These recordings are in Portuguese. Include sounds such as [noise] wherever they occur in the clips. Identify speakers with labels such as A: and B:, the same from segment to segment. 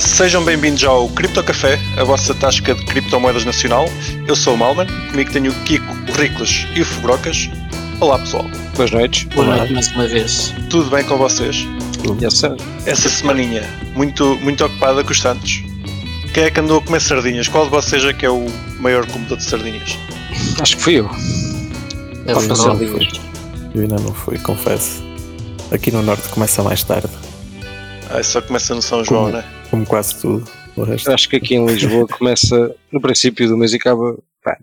A: Sejam bem-vindos ao Cripto Café, a vossa tasca de criptomoedas nacional. Eu sou o Malman, comigo tenho o Kiko, o Riclas e o Fubrocas. Olá pessoal,
B: Boas noites.
C: Boa noite mais uma vez.
A: tudo bem com vocês?
B: Yes, sir.
A: Essa semaninha muito, muito ocupada com os Santos. Quem é que andou a comer sardinhas? Qual de vocês é que é o maior comedor de sardinhas?
B: Acho que fui eu.
C: É
B: Pá, mas
C: verdade.
B: eu fui.
D: Eu ainda não fui, confesso. Aqui no Norte começa mais tarde,
A: Ah, só começa no São João,
D: Como?
A: né?
D: como quase tudo. O resto.
B: Acho que aqui em Lisboa começa no princípio do mês e acaba pá,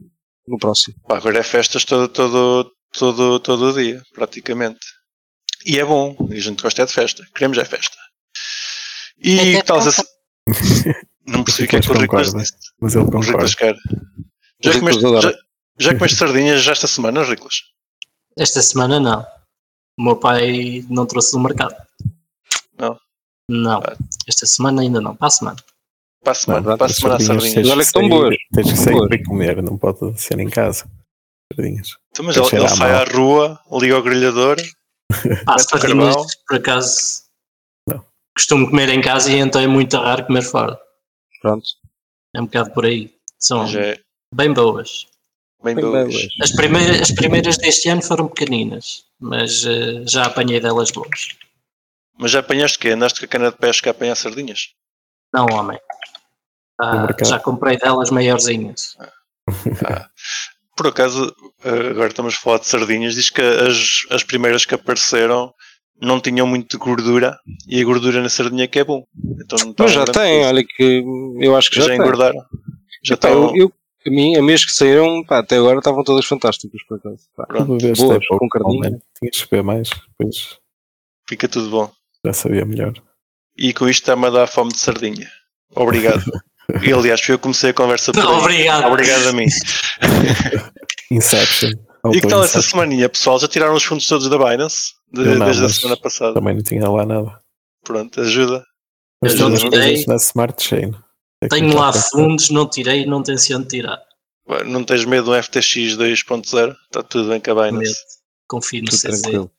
B: no próximo.
A: Pá, agora é festas todo, todo, todo, todo o dia, praticamente. E é bom, e a gente gosta é de festa. Queremos é festa. E que tal se... Não percebi o que é que o
D: Mas
A: Riclas
D: concorda.
A: disse.
D: Mas ele
A: O Riclas
D: concorda.
A: quer. Já
B: Riclas
A: comeste,
B: adora.
A: já, já comeste sardinhas já esta semana, Riclas?
C: Esta semana não. O meu pai não trouxe do mercado.
A: Não?
C: Não.
A: Ah.
C: Esta semana ainda não. Para a semana.
A: Para a semana,
D: Não,
A: para a
D: as
A: semana há sardinhas.
D: sardinhas tens
B: Olha é que estão
D: sair-
B: boas.
D: Tens que sair
B: Boas.
D: para comer, não pode ser em casa. Sardinhas.
A: Então, Mas
D: tem
A: ele,
D: que
A: ele
D: cheirar
A: sai
D: mal.
A: à rua, liga ao grelhador.
C: Pá,
A: Mete o
C: sardinhas,
A: carvão.
C: por acaso,
D: Não.
C: costumo comer em casa e então é muito raro comer fora.
B: Pronto.
C: É um bocado por aí. São
A: Já é
C: bem boas.
A: bem
B: Bem
A: boas.
B: boas.
C: As primeiras, as primeiras deste ano foram pequeninas, mas eh, já apanhei delas boas.
A: Mas já apanhaste o quê? Andaste com a cana de pesca a apanhar sardinhas?
C: Não, homem. Ah,
D: No mercado?
C: já comprei delas maiorzinhas.
A: Ah, Por acaso, eh, agora estamos a falar de sardinhas, diz que as, as primeiras que apareceram não tinham muito gordura e a gordura na sardinha que é bom. Então não
B: Mas
A: estavam
B: já
A: grande
B: tem,
A: coisa.
B: olha que eu acho que
A: já,
B: já, tem.
A: engordaram. Já tá
B: Pá,
A: estão.
B: eu, eu- a mim, a mês que saíram, pá, até agora estavam todas fantásticas por acaso. Pá,
A: Pronto.
D: Uma vez
B: Boas,
D: até pouco,
B: com cardinho.
D: realmente. Tinhas que beber mais, depois
A: Fica tudo bom.
D: já sabia melhor.
A: E com isto está-me a dar fome de sardinha.
B: [laughs]
A: Obrigado. e aliás, foi eu que comecei a conversa por aí.
C: Obrigado.
A: Obrigado a
B: [laughs]
A: mim.
D: Inception.
A: E que tal essa
D: Auto-inception.
A: semaninha, pessoal? Já tiraram os fundos todos da Binance? De-
D: Eu não,
A: desde a
D: mas-
A: semana passada.
D: Também não tinha lá nada.
A: Pronto, ajuda.
D: Mas
C: Eu já
D: todas as
C: tirei.
D: coisas na Smart Chain. É que
C: Tenho
D: já
C: lá
D: pensei.
C: fundos, não tirei, não tenciono tirar.
A: Vai, Não tens medo do FTX 2.0? Está Tá tudo bem com a
C: Medo.
A: Binance.
C: Confio no
B: tudo
C: CZ.
B: tranquilo.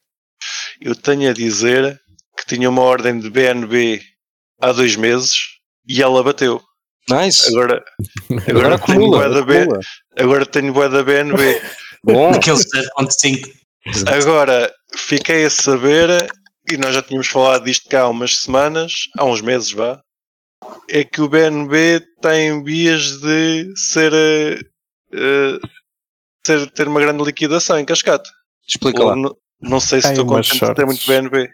A: Eu tenho a dizer que tinha uma ordem de BNB há dois meses e ela bateu.
B: Nice. [laughs]
A: Agora,
B: Agora,
A: agora tenho
B: acumula.
A: bué da B-
B: acumula.
A: agora tenho bué da BNB. [laughs]
B: Bom,
C: Aqueles 0.5.
A: Agora, fiquei a saber, e nós já tínhamos falado disto cá há umas semanas, há uns meses vá, é que o BNB tem vias de ser, eh, eh, ter, ter uma grande liquidação em cascata.
B: explica
A: Eu
B: lá.
A: n- Não sei se
D: Tem
A: estou
D: umas
A: contente de ter muito
D: shorts.
A: BNB.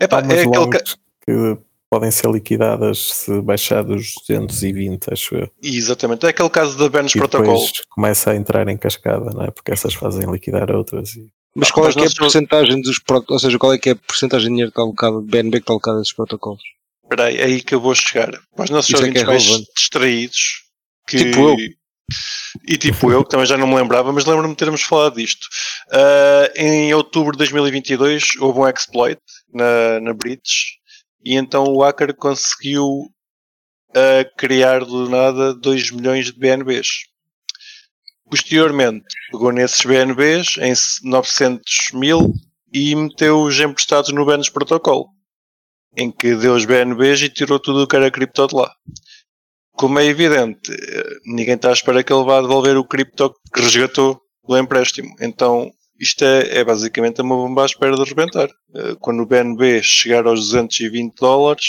D: Há
A: Epá,
D: umas
A: é aquele,
D: longas
A: ca-
D: que podem ser liquidadas se baixar dos 220, acho eu.
A: Exatamente, é aquele caso da Benz
D: E
A: Protocol.
D: depois começa a entrar em cascada, não é? Porque essas fazem liquidar outras. E...
B: Mas qual
A: mas
B: é que é
A: nós
B: a porcentagem dos pro- ou seja, qual é que é a porcentagem de dinheiro que está alocada, de BNB que está alocada a esses protocolos?
A: Espera aí, é aí que eu vou chegar. Para os nossos
B: Isso é que
A: ouvintes
B: é
A: mais
B: relevante.
A: distraídos. Que...
B: Tipo eu.
A: E tipo eu, que também já não me lembrava, mas lembro-me de termos falado disto. Ah, em outubro de 2022 houve um exploit na, na British e então o hacker conseguiu ah, criar do nada 2 milhões de BNBs. Posteriormente pegou nesses BNBs em 900 mil e meteu-os emprestados no Benes Protocol, em que deu os BNBs e tirou tudo o que era cripto de lá. Como é evidente, eh, ninguém está à espera que ele vá devolver o cripto que resgatou do empréstimo. Então, isto é, é basicamente uma bomba à espera de arrebentar. Eh, Quando o BNB chegar aos 220 dólares,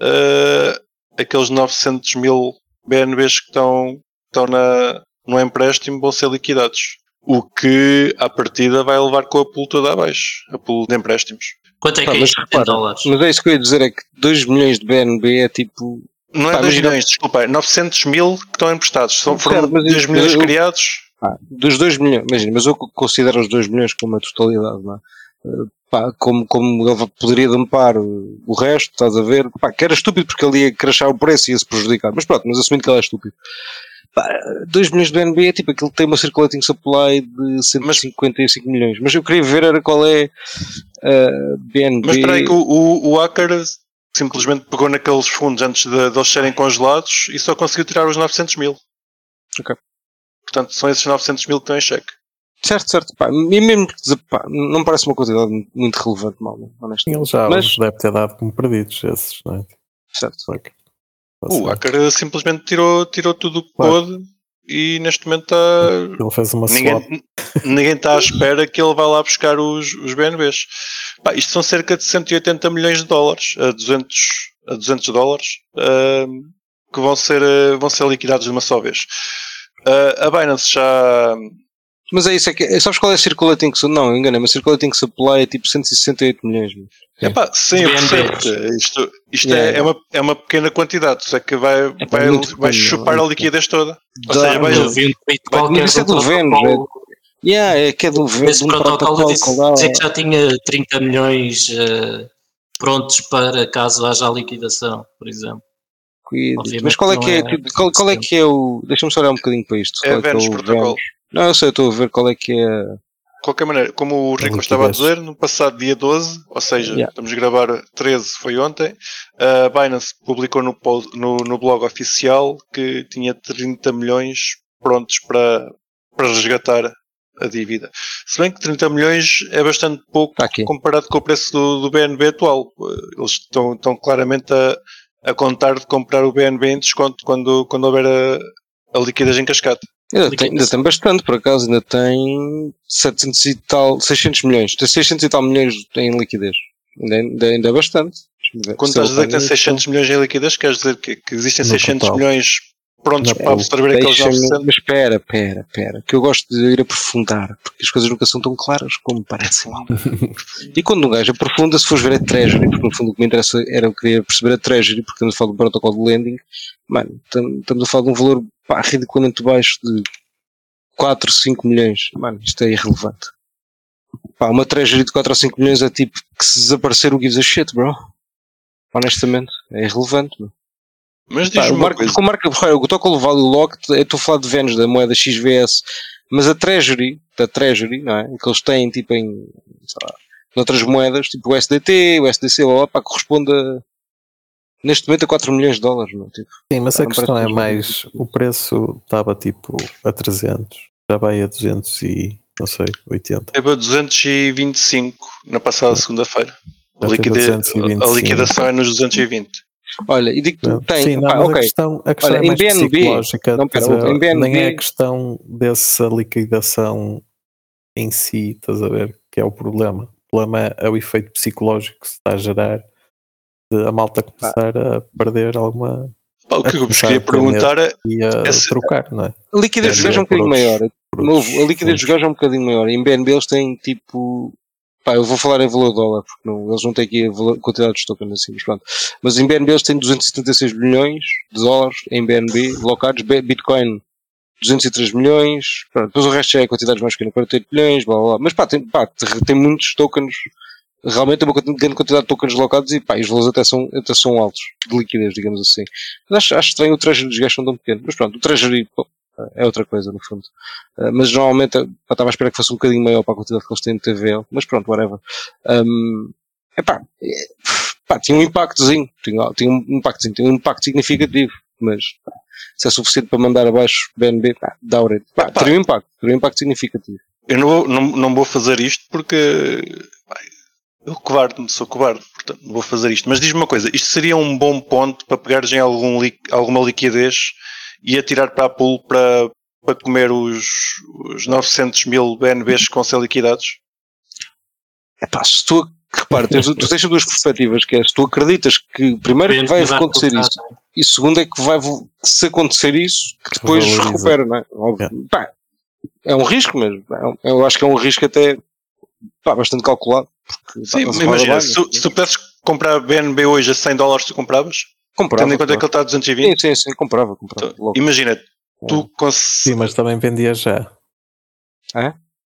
A: eh, aqueles 900 mil BNBs que estão, estão na, no empréstimo vão ser liquidados. O que, à partida, vai levar com a pool toda abaixo. A pool de empréstimos.
C: Quanto é que
B: Pá,
C: é
B: mas
C: isto em
B: repara,
C: dólares?
B: Mas é isso que eu ia dizer, é que 2 milhões de BNB é tipo
A: Não é
B: Pá,
A: 2
B: imagina-
A: milhões, desculpa, é 900 mil que estão emprestados. São, foram
B: Certo, mas
A: 2
B: eu-
A: milhões
B: eu-
A: criados.
B: Pá, dos 2 milhões, imagina, mas eu co- considero os 2 milhões como a totalidade, não é? Eh, Pá, como, como ele poderia dampar o o resto, estás a ver? Pá, que era estúpido porque ele ia crachar o preço e ia se prejudicar, mas pronto, mas assumindo que ele é estúpido. Pá, 2 milhões de BNB é tipo aquilo que tem uma circulating supply de 155 milhões, mas eu queria ver era qual é a BNB.
A: Mas espera aí que o, o, o hacker simplesmente pegou naqueles fundos antes de, de eles serem congelados e só conseguiu tirar os 900 mil.
B: Ok.
A: Portanto, são esses 900 mil que estão em cheque.
B: Certo, certo, pá, e mesmo que dizer, pá, não me parece uma quantidade muito relevante, mal, é? honestamente.
D: Ele já
B: Mas-
D: os deve ter dado como perdidos esses, não é?
B: Certo.
D: Só que
A: O hacker simplesmente tirou, tirou tudo o que pôde e neste momento está.
D: Ele fez uma swap.
A: Ninguém, ninguém está à espera que ele vá lá buscar os, os BNBs. Pá, isto são cerca de 180 milhões de dólares a 200, a 200 dólares ahm, que vão ser, ah, vão ser liquidados de uma só vez. Ah, a Binance já.
B: Mas é isso, é que. Sabes qual é a circuleta em que se. Não, enganei-me, a circuleta em que se apply é tipo 168 milhões. meu.
A: Epá, sim, eu
C: BNBs.
A: percebo. Isto, isto é,
B: Yeah.
A: é, uma, é uma pequena quantidade, só que vai,
B: Epá,
A: vai,
B: É muito
A: vai
B: pequeno.
A: chupar a liquidez toda. Ou
B: Dá-
A: seja, vais,
C: Eu vi um tweet qualquer
B: isso é
C: de um
B: do Vênus,
C: protocolo,
B: Yeah, é que é do de
C: Esse
B: um
C: protocolo
B: protocolo
C: disse,
B: lá.
C: dizer que já tinha 30 milhões eh, prontos para caso haja a liquidação, por exemplo.
B: Cuido.
C: Obviamente
B: Mas qual é
C: não
B: que é,
C: é
B: tipo, qual, qual é que é o. Deixa-me só olhar um bocadinho para isto.
A: é
B: qual que
A: Vênus
B: o
A: Protocol.
B: Vênus? Não, eu sei, eu estou a ver qual é que é.
A: De qualquer maneira, como o Rico
D: Muito
A: estava a
D: bem.
A: dizer, no passado dia 12, ou seja,
B: Yeah.
A: estamos a gravar 13, foi ontem, a Binance publicou no, pol- no- no blog oficial que tinha 30 milhões prontos para, para resgatar a dívida. Se bem que 30 milhões é bastante pouco
B: Está tá aqui.
A: comparado com o preço do, do BNB atual. Eles estão, estão claramente a, a contar de comprar o BNB em desconto quando, quando houver a, a liquidez em cascata.
B: Ainda tem, ainda tem bastante, por acaso, ainda tem 700 e tal. 600 milhões. Tem 600 e tal milhões em liquidez. Ainda, ainda, ainda é bastante. Deixa-me ver.
A: Quando
B: Se eu
A: estás a dizer que tem
B: apanho isto.
A: 600 milhões em liquidez, queres dizer que, que existem
D: No
A: 600
D: total.
A: milhões prontos
D: No
A: para absorver aqueles
B: Deixa-me-
A: 900?
B: Mas espera, espera, espera, que eu gosto de ir aprofundar, porque as coisas nunca são tão claras como parecem. e quando um gajo aprofunda, se fores ver a Treasury, porque no fundo o que me interessa era eu queria perceber a Treasury, porque estamos a falar do protocolo de lending, mano, tam- estamos a falar de um valor pá, ridiculamente baixo de 4, 5 milhões. Mano, isto é irrelevante. Pá, uma Treasury de 4 ou 5 milhões é tipo que se desaparecer o gives a shit, bro. Honestamente, é irrelevante, meu.
A: Mas diz-me
B: Pá, Tá, o
A: uma
B: Marco,
A: coisa.
B: com o Marco Borreiro, o Tocolo Vale o Lock, eu estou a falar de Vênus, da moeda XVS, mas a Treasury, da Treasury, não é? Que eles têm, tipo, em, sei lá, noutras moedas, tipo o SDT, o SDC, lá, lá, pá, corresponde a, neste momento a 4 milhões de dólares, não é? Tipo,
D: Sim, mas
B: Pá,
D: a
B: não
D: questão é
B: parece
D: mais: o preço estava tipo a 300, já vai a 200 e não sei, 80.
A: Teve a 225 na passada segunda-feira. A,
D: Já teve
A: liquide-
D: 225.
A: a liquidação é nos 220.
B: olha, e digo que tem,
D: Sim, não,
B: pá,
D: mas a
B: ok,
D: questão, a questão
B: Olha,
D: é
B: em
D: mais
B: BNB,
D: psicológica.
B: não,
D: estás
B: pera,
D: a ver?
B: em BNB
D: nem é a questão dessa liquidação em si, estás a ver, que é o problema. O problema é o efeito psicológico que se está a gerar de a malta começar a perder alguma
A: Pá, o que eu vos
D: Apesar
A: queria
D: de ter medo.
A: perguntar é.
D: e a
A: Esse-
D: trocar, não é?
B: a liquidez dos
D: Tem
B: gajos é um
D: por
B: bocadinho
D: outros-
B: maior,
D: Por
B: novo, a liquidez dos
D: fundos.
B: gajos é um bocadinho maior. Em BNB eles têm tipo. Pá, eu vou falar em valor dólar, porque não, eles não têm aqui a valor- quantidade de tokens assim, mas pronto. Mas em BNB eles têm 276 milhões de dólares em BNB locados, Bi- Bitcoin 203 milhões, pronto, depois o resto já é quantidades mais pequenas, 48 milhões, blá blá blá. Mas pá, tem, pá, te- tem muitos tokens, realmente é uma quanti- grande quantidade de tokens locados e pá, e os valores até são, até são altos, de liquidez, digamos assim. Mas acho, acho estranho o treasury dos gajos são tão pequeno. Mas pronto, o treasury pô, é outra coisa, no fundo. Uh, mas normalmente eu estava à espera que fosse um bocadinho maior para a quantidade que eles têm de TVL, mas pronto, whatever. Um, epá, é, pá, tinha um impactozinho, tinha, tinha um impactozinho, tinha um impacto significativo, mas pá, se é suficiente para mandar abaixo BNB, pá, dá o rate. Pá,
A: Epá.
B: teria um impacto, teria um impacto significativo.
A: Eu não vou, não, não vou fazer isto porque. pá, Eu covarde, sou covarde, portanto não vou fazer isto. Mas diz-me uma coisa: isto seria um bom ponto para pegares em algum li- alguma liquidez e atirar para a pool para, para comer os, os 900 mil BNBs que vão ser liquidados?
B: Epá, se tu, repara, tens, tu tens duas perspectivas, que é se tu acreditas que primeiro que vai acontecer isso, E segundo é que vai, vo- se acontecer isso, que depois
D: Valoriza.
B: recupera, não é? Óbvio. Pá, é um risco mesmo. É um- eu acho que é um risco até pá, bastante calculado. Porque, tá pá,
A: Sim,
B: não se fala
A: imagina,
B: bem,
A: se,
B: não é?
A: tu-
B: se-
A: se tu pudesses comprar BNB hoje a 100 dólares, tu compravas?
B: comprava.
A: tendo em conta que
B: comprava.
A: ele está a 220?
B: Sim, sim, sim, comprava, comprava.
A: Então,
B: logo.
A: imagina, tu consegues.
D: Sim, mas também vendia já.
B: Hã?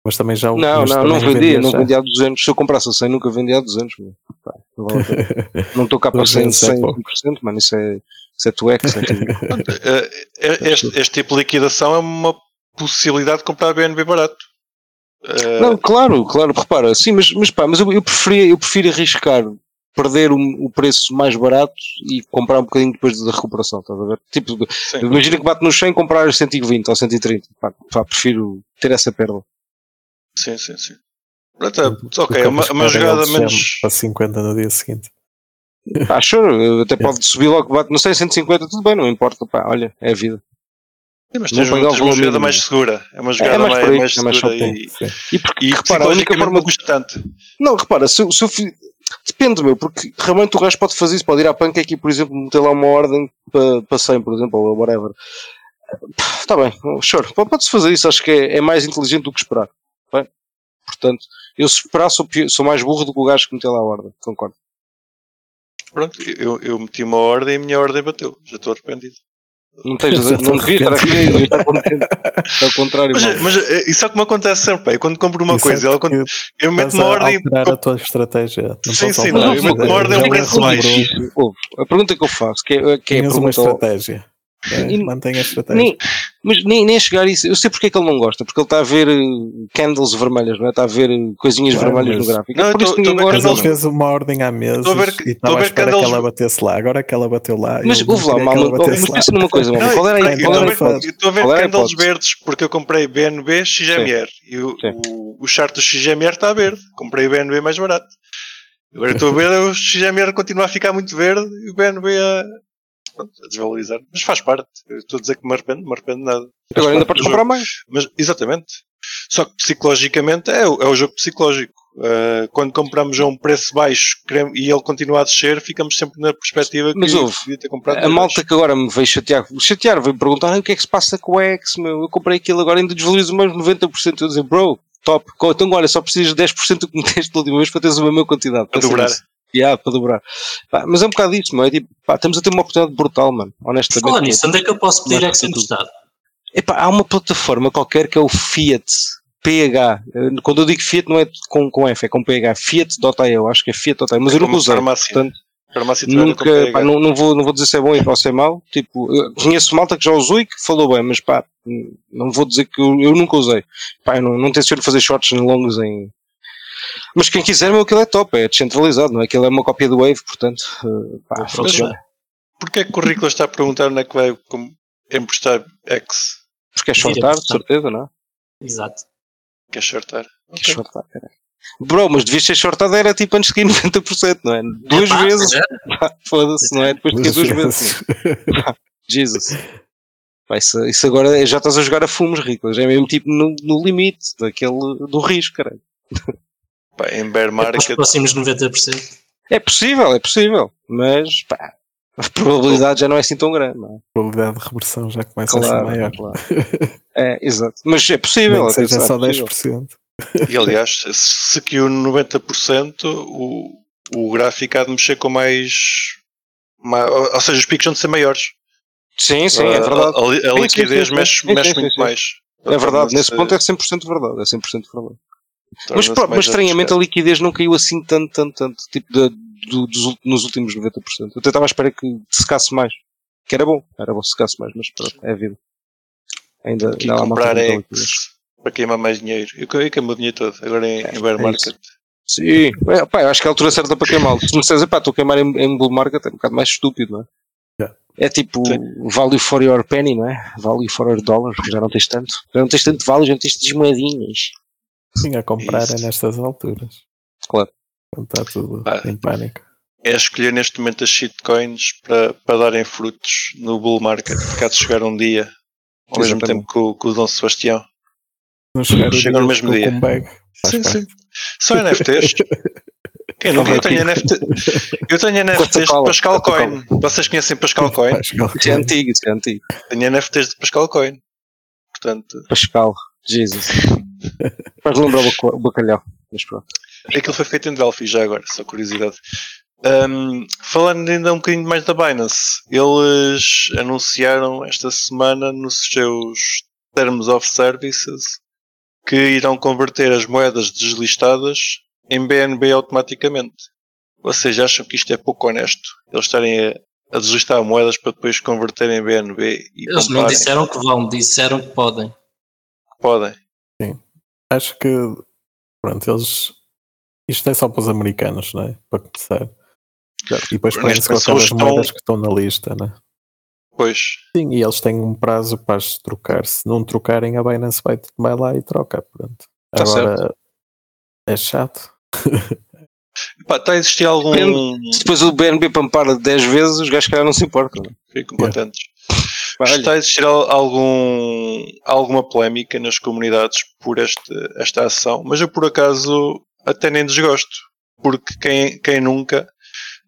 D: Mas também já o
B: Não,
D: mas
B: não, não
D: também
B: vendia, não
D: já.
B: vendia a 200. Se eu comprasse a 100, nunca vendia a 200, meu. Pá, não vale a pena. Não estou cá para 100,
D: 200 é
B: 100%,
D: pouco.
B: mano, isso é, isso é tu é que isso é tudo.
A: eh, este, este tipo de liquidação é uma possibilidade de comprar BNB barato. Eh,
B: Não, claro, claro, repara, sim, mas, mas pá, mas eu, eu, preferia, eu prefiro arriscar perder o, o preço mais barato e comprar um bocadinho depois da recuperação, estás a ver? Tipo,
A: sim.
B: imagina que bate no 100 e comprar os 120 ou 130, pá, pá, prefiro ter essa perda.
A: Sim, sim, sim. Pronto, é, ok,
D: Porque
A: é uma,
D: eles
A: uma
D: pedem
A: jogada
D: eles sempre
A: menos.
D: Para 50 no dia seguinte.
B: Pá, Ah, sure, até pode subir logo, bate, não sei, 150, tudo bem, não importa, pá, olha, é a vida.
A: Sim, Mas
B: Não
A: tens,
B: pagar
A: uma-
B: o
A: tens uma
B: valor
A: jogada
B: mínimo.
A: mais segura. É uma
B: É,
A: jogada
B: mais por
A: mais,
B: aí,
A: mais
B: é mais
A: segura
B: shopping,
A: e,
B: E porque,
A: e
B: repara, a única
A: psicologicamente
B: forma
A: não
B: de
A: custa tanto.
B: Não, repara, se, eu- se eu fi- Depende, meu, porque realmente o gajo pode fazer isso, pode ir à panca aqui, por exemplo, meter lá uma ordem para pa 100, por exemplo, ou whatever. Está bem, sure, po- pode-se fazer isso, acho que é, é mais inteligente do que esperar. Bem, portanto, eu se esperar sou, pi- sou mais burro do que o gajo que meteu lá a ordem, concordo.
A: Pronto, eu, eu meti uma ordem e a minha ordem bateu. Já estou arrependido.
B: Não, tens,
D: [laughs]
B: de- não devia estar aqui, devia estar contente. Ao contrário,
A: Mas,
B: mal.
A: mas eh, isso é o que me acontece sempre. pá. Eu quando compro uma
D: Isso
A: coisa,
D: é
A: ela-
D: porque
A: eu meto
D: estás
A: uma
D: a
A: ordem.
D: alterar a tua estratégia. Não
A: Sim,
D: podes
A: sim,
D: alterar
A: não,
D: a
A: eu meto uma
D: estratégia.
A: ordem a um
D: Já
A: preço
D: relembrou.
A: baixo.
B: Ouve, a pergunta que eu faço, que é, que é a
D: Tinhas uma
B: pergunta ao-
D: estratégia. É,
B: E-
D: Mantém a estratégia.
B: Nem, mas nem, nem chegar a isso. Eu sei porque é que ele não gosta, porque ele está a ver eh, candles vermelhas, não é? Está a ver eh, coisinhas
D: Claro,
B: vermelhas
D: mas-
B: no gráfico.
A: Não,
B: É
A: eu
B: por
A: tô-
B: isso que
A: tô
B: ninguém
A: a ver
B: gosta.
D: Mas ele
A: candles-
B: Mas,
D: um fez uma ordem à mesa
A: Estou a ver que- um
D: e
A: estou
D: estava
A: a
D: a
A: ver
D: esperar
A: que
D: que
A: eles-
D: ela batesse lá. Agora que ela bateu lá.
B: mas
D: eu não
B: ouve lá,
D: queria que
B: mano,
D: ela batesse
B: mas
D: lá.
B: pensa numa coisa, mano.
A: Não, então,
B: Qual era
A: espera
B: aí?
A: aí,
B: Qual
A: eu
B: era a
A: estou a ver-
B: hipótese?
A: eu estou a ver
B: Qual era a
A: candles
B: hipótese?
A: verdes porque eu comprei BNB XMR e o,
B: Sim.
A: o, o chart do XMR está tá verde. Comprei o BNB mais barato. Agora estou a ver o XMR continua a ficar muito verde e o BNB a, pronto, a desvalorizar. Mas faz parte. Eu Estou a dizer que me arrependo, não me arrependo de nada.
B: Agora ainda podes
A: do
B: comprar mais.
A: Mas, exatamente. Só que psicologicamente é, o- é o jogo psicológico. Uh, quando compramos a um preço baixo queremos- e ele continua a descer, ficamos sempre na perspectiva que
B: Mas ouve,
A: devia ter comprado.
B: A
A: mais
B: malta que agora me veio chatear, chatear, veio perguntar "Ah, o que é que se passa com o X, meu. Eu comprei aquilo agora, ainda desvalorizo mais 90%. Eu dizer, bro, top. Co- Então agora só precisas de 10% do que [laughs] meteste da última vez para teres a mesma quantidade.
A: Para
B: Pensa
A: dobrar.
B: nisso. Yeah, para dobrar. Pá, mas é um bocado isso, meu. É tipo, pá, estamos a ter uma oportunidade brutal, mano. Honestamente.
C: Falando nisso, onde é que eu posso pedir
B: Marca
C: action
B: tudo.
C: emprestado?
B: Epá, há uma plataforma qualquer que é o Fiat PH. Eh, Quando eu digo Fiat não é com, com F, é com PH. Fiat.io, acho que é Fiat.io, mas eu
A: Como
B: nunca usei.
A: farmácia.
B: portanto,
A: Farmácia de
B: Nunca,
A: Vera com
B: pá,
A: PH.
B: não, não vou, não vou dizer se é bom ou se é mau. Tipo, eu conheço malta que já usou e que falou bem, mas pá, hum, não vou dizer que eu, eu nunca usei. Pá, eu não, não tenciono fazer shorts nem longos em. Mas quem quiser, meu, aquilo é top, é descentralizado, não é? Aquilo é uma cópia do Wave, portanto, eh, pá,
C: Vou procurar.
A: Porquê que o Currículo está a perguntar onde é que vai com- emprestar X?
B: porque é shortar, de certeza, não é?
C: Exato.
A: Quer acertar?
B: Que shortado, caralho. Bro, mas devias ser shortado era tipo antes de cair [laughs] 90%, não é? Duas
C: Epá,
B: vezes,
C: já-
B: pá, foda-se, não é? Depois de cair duas
D: [laughs]
B: vezes. Jesus. Pá, isso, isso agora é- já estás a jogar a fumos ricos, é mesmo tipo no, no limite daquele, do risco, caralho.
A: Pá, em bear
C: Os
A: market.
C: próximos 90%.
B: É possível, é possível, mas pá, a probabilidade já não é assim tão grande, não é?
D: A probabilidade de reversão já começa a ser maior.
B: Claro, claro. É, exato. Mas é possível,
D: Nem que seja
B: atenção,
D: só
B: é possível.
D: 10%.
A: E aliás, se que o 90%, o, o gráfico há de mexer com mais. ma- ou ou seja, os picos vão de ser maiores.
B: Sim, sim, é
A: Ah,
B: verdade.
A: A, a li- a
B: Sim, sim,
A: liquidez
B: sim, sim.
A: mexe,
B: Sim, sim,
A: mexe
B: sim,
A: muito
B: sim.
A: mais.
B: É verdade,
A: eh,
B: nesse ponto é 100% verdade, é 100% verdade. Mas, pronto, mas estranhamente a liquidez não caiu assim tanto, tanto, tanto, tipo da- do- dos, ult- nos últimos 90%. Eu até estava à espera que secasse mais. Que era bom, era bom se secasse mais, mas pronto, é a vida. Ainda,
A: que
B: ainda há uma
A: comprar
B: malta que não
A: é
B: tem liquidez.
A: X para queimar mais dinheiro. Eu, eu queimo o dinheiro todo, agora em, em bear
B: é
A: market.
B: Sim, é, pá, eu acho que é a altura certa para queimá-lo. Se me disseres, pá, estou a queimar em, em bull market, é um bocado mais estúpido, não é?
D: Yeah.
B: É tipo
A: Sim.
B: value for your penny, não é? Value for your dollar, já não tens tanto. Já não tens tanto value, já não tens tantas moedinhas.
D: Sim, a comprar é
A: Isso.
D: nestas alturas.
B: Claro.
D: Quando está tudo
A: Ah.
D: em pânico.
A: É escolher neste momento as shitcoins para, para darem frutos no bull market, porque há de chegar um dia, ao mesmo
B: Exatamente.
A: tempo que o, que o Dom Sebastião. [coughs]
D: Não chegar
A: Chega no mesmo dia. Sim,
D: Sim,
A: sim. São NFTs. Quem nunca? Eu tenho, NFT, eu tenho NFTs de
B: cola,
A: Pascal
B: quanto
A: Coin. Vocês conhecem Pascal Coin?
B: Isso é antigo, isso é antigo.
A: Tenho NFTs de Pascal Coin. Portanto,
B: Pascal, [laughs] Jesus. Faz lembrar o bac- o bacalhau, mas pronto.
A: Aquilo É foi feito em Delphi, já agora, só curiosidade. Ahm, falando ainda um bocadinho mais da Binance, eles anunciaram esta semana nos seus Terms of Services que irão converter as moedas deslistadas em BNB automaticamente. Vocês acham que isto é pouco honesto? Eles estarem a, a deslistar moedas para depois converterem em BNB e
C: Eles não
A: comprarem?
C: disseram que vão, disseram que podem.
A: Podem.
D: Acho que, pronto, eles. Isto é só para os americanos, não é? Para começar. E depois
A: Neste
D: prende-se com
A: momento são
D: aquelas
A: os que estão-
D: moedas que estão na lista, não é?
A: Pois.
D: Sim, e eles têm um prazo para as trocar. Se não trocarem, a Binance vai, vai lá e troca. Pronto.
B: Tá
D: Agora é chato.
A: Pá, está a existir algum.
B: Se depois o BNB pampar 10 vezes, os gajos se calhar não se importam.
A: Fico contentes.
B: Pá, olha,
A: Está a existir al- algum, alguma polémica nas comunidades por este, esta ação, mas eu por acaso até nem desgosto, porque quem, quem nunca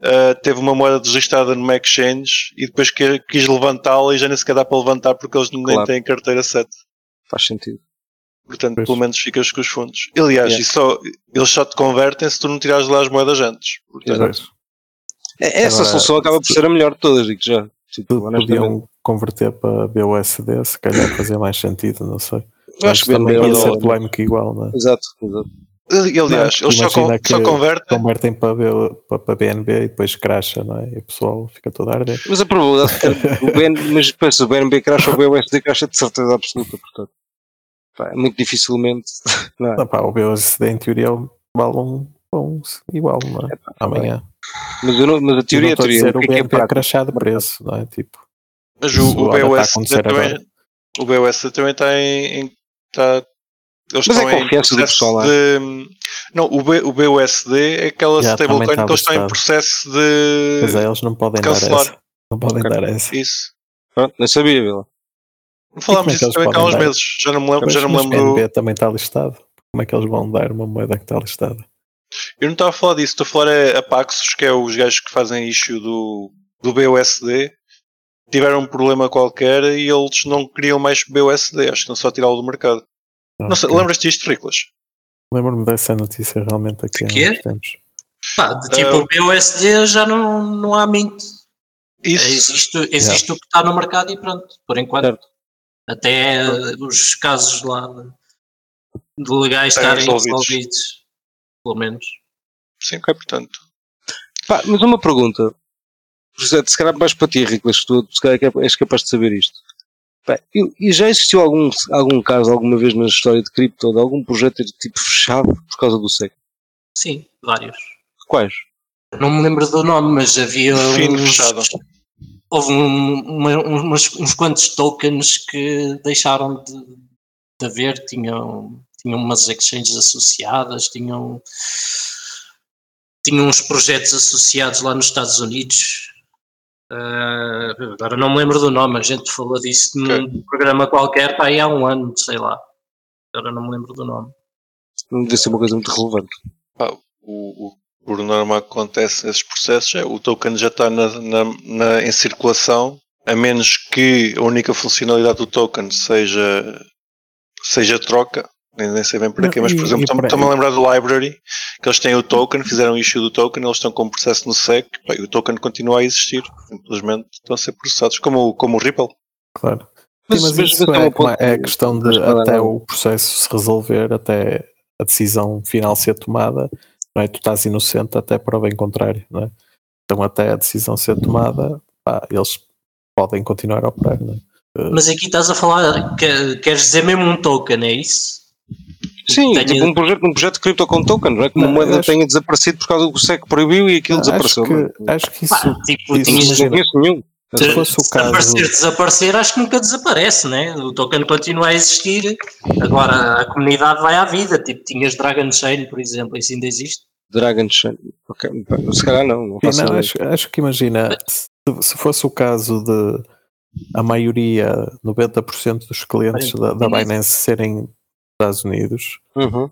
A: ah, teve uma moeda deslistada numa exchange e depois que, quis levantá-la e já nem sequer dá para levantar porque eles nem
B: Claro.
A: têm carteira 7.
B: faz sentido.
A: Portanto,
D: Pois.
A: pelo menos ficas com os fundos. Aliás,
B: Yeah.
A: e só, eles só te convertem se tu não tirares de lá as moedas antes. Portanto,
B: Exato. É- Essa
D: Agora,
B: solução acaba por ser a melhor de todas, digo já. Tipo, honestamente.
D: Podiam converter para BUSD, se calhar fazia mais sentido, não sei.
B: Eu acho que
D: Mas também
B: BNB é
D: ia
B: da
D: ser
B: hora.
D: polémico igual, não é?
B: Exato, exato.
A: ali- aliás,
D: Não,
A: eles só, con-
D: imagina que-
A: só
B: É.
A: convertem.
D: Convertem para, B- para, para BNB e depois cracha, não é? E o pessoal fica todo a arder.
B: Mas a probabilidade de ter o
D: [laughs]
B: BN, mas pensa, o BNB crash ou o BUSD crash é de certeza absoluta, portanto. Pá, é muito dificilmente. Não é?
D: Não, Ah, pá, o BUSD em teoria vale um, um igual, não é? Amanhã.
B: Mas, eu não- mas a teoria é
D: Eu não estou a
B: teoria.
D: dizer
B: O
D: o
B: que é que é
D: BNB é
B: prática?
D: crachado preço, não é? Tipo,
A: Mas o,
D: Isso
A: o
D: agora está a
A: BOS
D: acontecer agora.
A: também, o BOS também está em. em- está- eles
B: Mas é
A: estão em
B: confiança do
A: processo
B: pessoal lá.
A: de- Não, o, B, o BUSD é aquela
D: Já, também
A: stablecoin
D: está
A: que eles estão em
D: abastado.
A: processo de.
D: mas eles não podem
A: Eh, cancelar.
D: dar essa. Não podem
B: Ok.
D: dar essa.
A: Isso.
B: Pronto, não sabia, Vila.
A: Falámos
D: E como é que
A: disso
D: eles
A: também há
D: podem
A: uns
D: dar?
A: meses. Já não me lembro.
D: Mas,
A: Já não me
D: mas
A: lembro
D: BNB também está listado. Como é que eles vão dar uma moeda que está listada?
A: Eu não estava a falar disso. Estou a falar é a Paxos, que é os gajos que fazem issue do, do BOSD. Tiveram um problema qualquer e eles não queriam mais BOSD. Acho que não só tirá-lo do mercado. Não sei,
D: Ok.
A: lembras-te disto, Riclas?
D: Lembro-me dessa notícia realmente aqui há
C: quê?
D: uns tempos.
C: Pá, de tipo, o BUSD já não, não há mint.
A: Isso.
C: Existe, existe o que está no mercado e pronto, por enquanto. Até os casos lá de, de legais
A: Bem
C: estarem
A: resolvidos.
C: resolvidos. pelo menos.
A: Sim, portanto.
B: Pá, mas uma pergunta. José, se calhar mais para ti, Riclas, que tu se calhar é- és capaz de saber isto. Pá, e, e já existiu algum, algum caso, alguma vez na história de cripto, de algum projeto ter tipo fechado por causa do SEC?
C: Sim, vários.
B: Quais?
C: Não me lembro do nome, mas havia
A: Fino
C: uns,
A: fechado.
C: houve um- uma- umas- uns quantos tokens que deixaram de, de haver, tinham, tinham umas exchanges associadas, tinham, tinham uns projetos associados lá nos Estados Unidos. Ah, agora não me lembro do nome, a gente falou disso num programa qualquer pá, aí há um ano, sei lá. Agora não me lembro do nome.
B: Não deve ser uma coisa muito relevante.
A: o, o por norma que acontece nesses processos é o token já está na, na, na- em circulação, a menos que a única funcionalidade do token seja, seja troca. Nem, nem sei bem para
D: Não,
A: quê, mas
D: e-
A: por
D: e
A: exemplo,
D: para-
A: estou-me a lembrar do Library, que eles têm o token, fizeram issue do token, eles estão com um processo no SEC, pá, e o token continua a existir, simplesmente estão a ser processados, como, o- como o Ripple.
D: Claro.
B: Mas,
D: Sim, mas
B: mas-
D: isso
B: mas
D: é,
B: um
D: como-
B: ponto-
D: é a questão de
B: mas para
D: até
B: dar-
D: o processo se resolver, até a decisão final ser tomada, não é? tu estás inocente até prova em contrário, não é? Então até a decisão ser tomada, pá, eles podem continuar a operar, não é?
C: Mas aqui estás a falar, que- queres dizer mesmo um token, é isso?
B: Sim,
C: Tenho-
B: tipo um projeto, um projeto de cripto com token, não é? Que uma
D: Não,
B: moeda
D: eu acho-
B: tenha desaparecido por causa do SEC proibiu e aquilo
D: acho,
B: desapareceu. é?
D: que, acho que
C: Pá,
D: isso,
C: tipo,
D: isso
C: tinhas
B: Não conheço nenhum.
D: se fosse o caso,
C: Desaparecer, desaparecer, acho que nunca desaparece, né? O token continua a existir. Agora, a comunidade vai à vida. Tipo, tinhas Dragon Chain, por exemplo, isso ainda existe.
B: Dragon Chain. Ok, pá, se calhar não, não é
D: Sim,
B: faço
D: não,
B: ideia.
D: acho, acho que imagina, se, se fosse o caso de a maioria, 90% dos clientes da, da Binance serem dos Estados Unidos,
B: Uhum.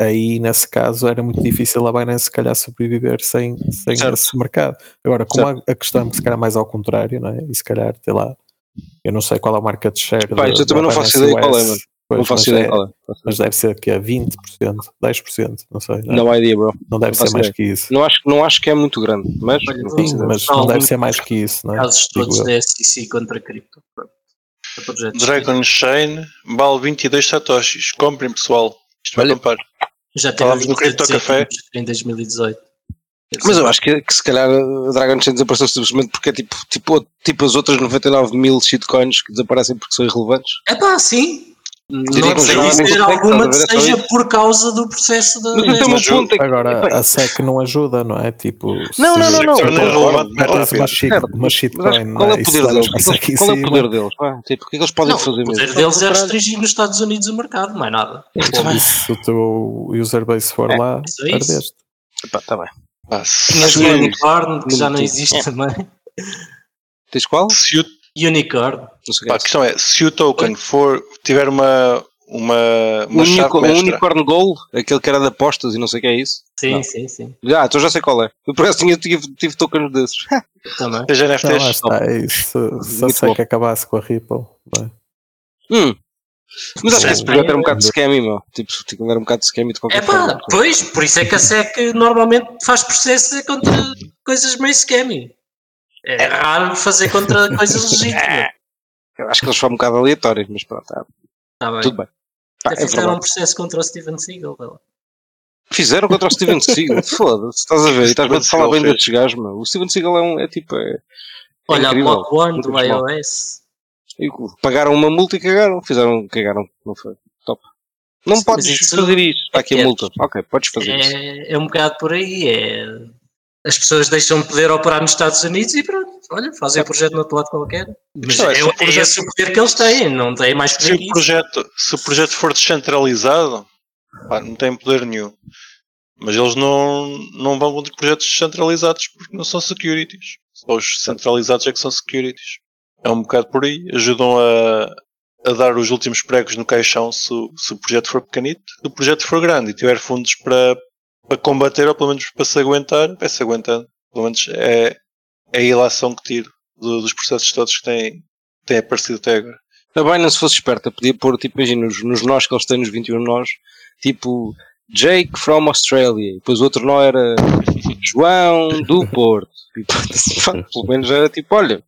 D: aí nesse caso era muito difícil a Binance se calhar sobreviver sem, sem
B: Certo.
D: esse mercado. Agora, como a, a questão é que se calhar mais ao contrário, não é? e se calhar, sei lá, eu não sei qual é o market share.
B: Pá,
D: da-
B: isto eu também
D: da
B: não faço
D: Binance
B: ideia qual é,
D: US,
B: mano.
D: pois,
B: não
D: mas
B: faço
D: é-
B: ideia. Olha,
D: Mas deve ser que é 20%, 10%, não sei. Não, é?
B: Não há ideia, bro.
D: Não deve
B: não
D: ser
B: faço
D: mais
B: ideia.
D: que isso.
B: Não acho, não acho que é muito grande, mas.
C: Olha,
B: não
C: sim,
B: faço
D: Sim,
B: ideia.
D: mas
C: Não,
D: não deve
C: não-
D: ser mais que isso, não é?
C: Casos todos
D: eu.
C: da SEC contra cripto. Pronto. A projetos.
A: Dragon Chain vale 22 satoshis. Comprem, pessoal. Isto vai
B: Olha,
A: comprar.
C: Já teve
A: Falámos do Crypto
C: 27
A: Café.
C: em 2018.
B: Mas eu acho que, que se calhar a Dragon Chain desapareceu simplesmente porque é tipo, tipo, tipo as outras 99 mil shitcoins que desaparecem porque são irrelevantes.
C: É pá, sim.
A: Diria
C: Não
A: que
C: sei
A: não há
C: dizer
B: muito
C: alguma que
B: contexto, estás a ver? É só
C: seja por causa do processo da.
B: Mas o
A: mas
B: meu
A: eu-
B: ponto é que.
D: Agora,
B: epá,
D: a SEC não ajuda, não é? Tipo,
B: Não, não, não, não.
A: Torna
B: eu concordo.
A: relevante mais
D: Mas
A: rápido.
D: uma shit-
B: Certo,
D: uma
B: Mas acho
D: shitcoin,
B: que qual é
D: não
B: o
D: Isso
B: poder
D: dá-nos
B: deles?
D: para a SEC em
B: Qual é o
D: cima.
B: poder deles? vá? Tipo, o que é que eles podem
C: Não,
B: fazer
C: o poder
B: mesmo?
C: deles é
B: Ao
C: restringir nos Estados Unidos o mercado, mais nada.
B: contrário.
D: Se o teu user base for
B: É,
D: lá,
C: isso é isso.
D: perdeste.
B: Epá, tá bem.
A: Pá, se,
C: Tinhas o Unicorn, que já não
B: Muito.
C: existe
B: É.
C: também. [laughs]
B: Tens qual?
A: se o,
C: Unicorn.
B: Não sei o que é
A: pá, a
B: isso.
A: questão é, se o token for, tiver uma, uma,
B: O
A: uma chave
B: unico- é. o
A: mestra,
B: Unicorn Gold, aquele que era de apostas e não sei o que é isso.
C: Sim,
B: Não.
C: sim, sim.
B: Ah, então já sei qual é. Eu por acaso tinha, tive, tive tokens desses.
C: Também.
A: seja
D: Então, lá
A: NFTs,
D: está, é isso. Só
B: Muito
D: sei
B: bom.
D: que acabasse com a Ripple. não é?
B: Hum. Mas acho que esse
C: Sim.
B: projeto era um bocado de scammy, meu. Tipo, aquilo era um bocado de scammy de
C: É
B: qualquer
C: pá,
B: forma.
C: pois, por isso é que a SEC normalmente faz processo contra coisas meio scammy. É raro
B: [laughs]
C: fazer contra coisas legítimas.
B: É. Eu acho que eles foram um bocado aleatórios, mas pronto, tá,
C: Tá bem.
B: tudo bem. Pá,
C: Até
B: é
C: fizeram um
B: verdade. É
C: processo contra o Steven Seagal. vê lá.
B: Fizeram contra o Steven Seagal. Foda-se, estás a ver? E estás a
A: Steven
B: falar
A: Seagal
B: bem
A: fez.
B: destes gajos, meu. O Steven Seagal é um. É tipo. É, é
C: Olha, a
B: incrível.
C: Block One do
B: Muito mal.
C: iOS.
B: E pagaram uma multa e cagaram. Fizeram, cagaram. Não foi. Top. Não
C: Sim,
B: podes
C: mas isso
B: fazer isto. Está aqui
C: é-
B: a multa. Ok, podes fazer isso.
C: É, é um bocado por aí. É... As pessoas deixam de poder operar nos Estados Unidos e pronto, olha,
B: É.
C: fazem projeto no outro lado qualquer. Mas
B: Então,
A: Não, é
C: é,
A: se o
C: é
A: projeto-
C: esse o poder que eles têm, não têm mais
A: se
C: poder que
A: o,
C: É isso.
A: projeto, se o projeto for descentralizado, pá, não tem poder nenhum. Mas eles não, não vão contra projetos descentralizados porque não são securities. Só os centralizados é que são securities. É um bocado por aí. Ajudam a, a dar os últimos pregos no caixão se, o- se o projeto for pequenito. Se o projeto for grande e tiver fundos para, para combater ou pelo menos para se aguentar, vai se aguentando. Pelo menos é, é a ilação que tiro do- dos processos todos que têm, têm aparecido até agora.
B: A Binance fosse esperta, podia pôr, tipo, imagina, nos, nos nós que eles têm, nos 21 nós, tipo, Jake from Australia, e depois o outro nó era João do Porto. E, [laughs] pronto, pelo menos era tipo, olha,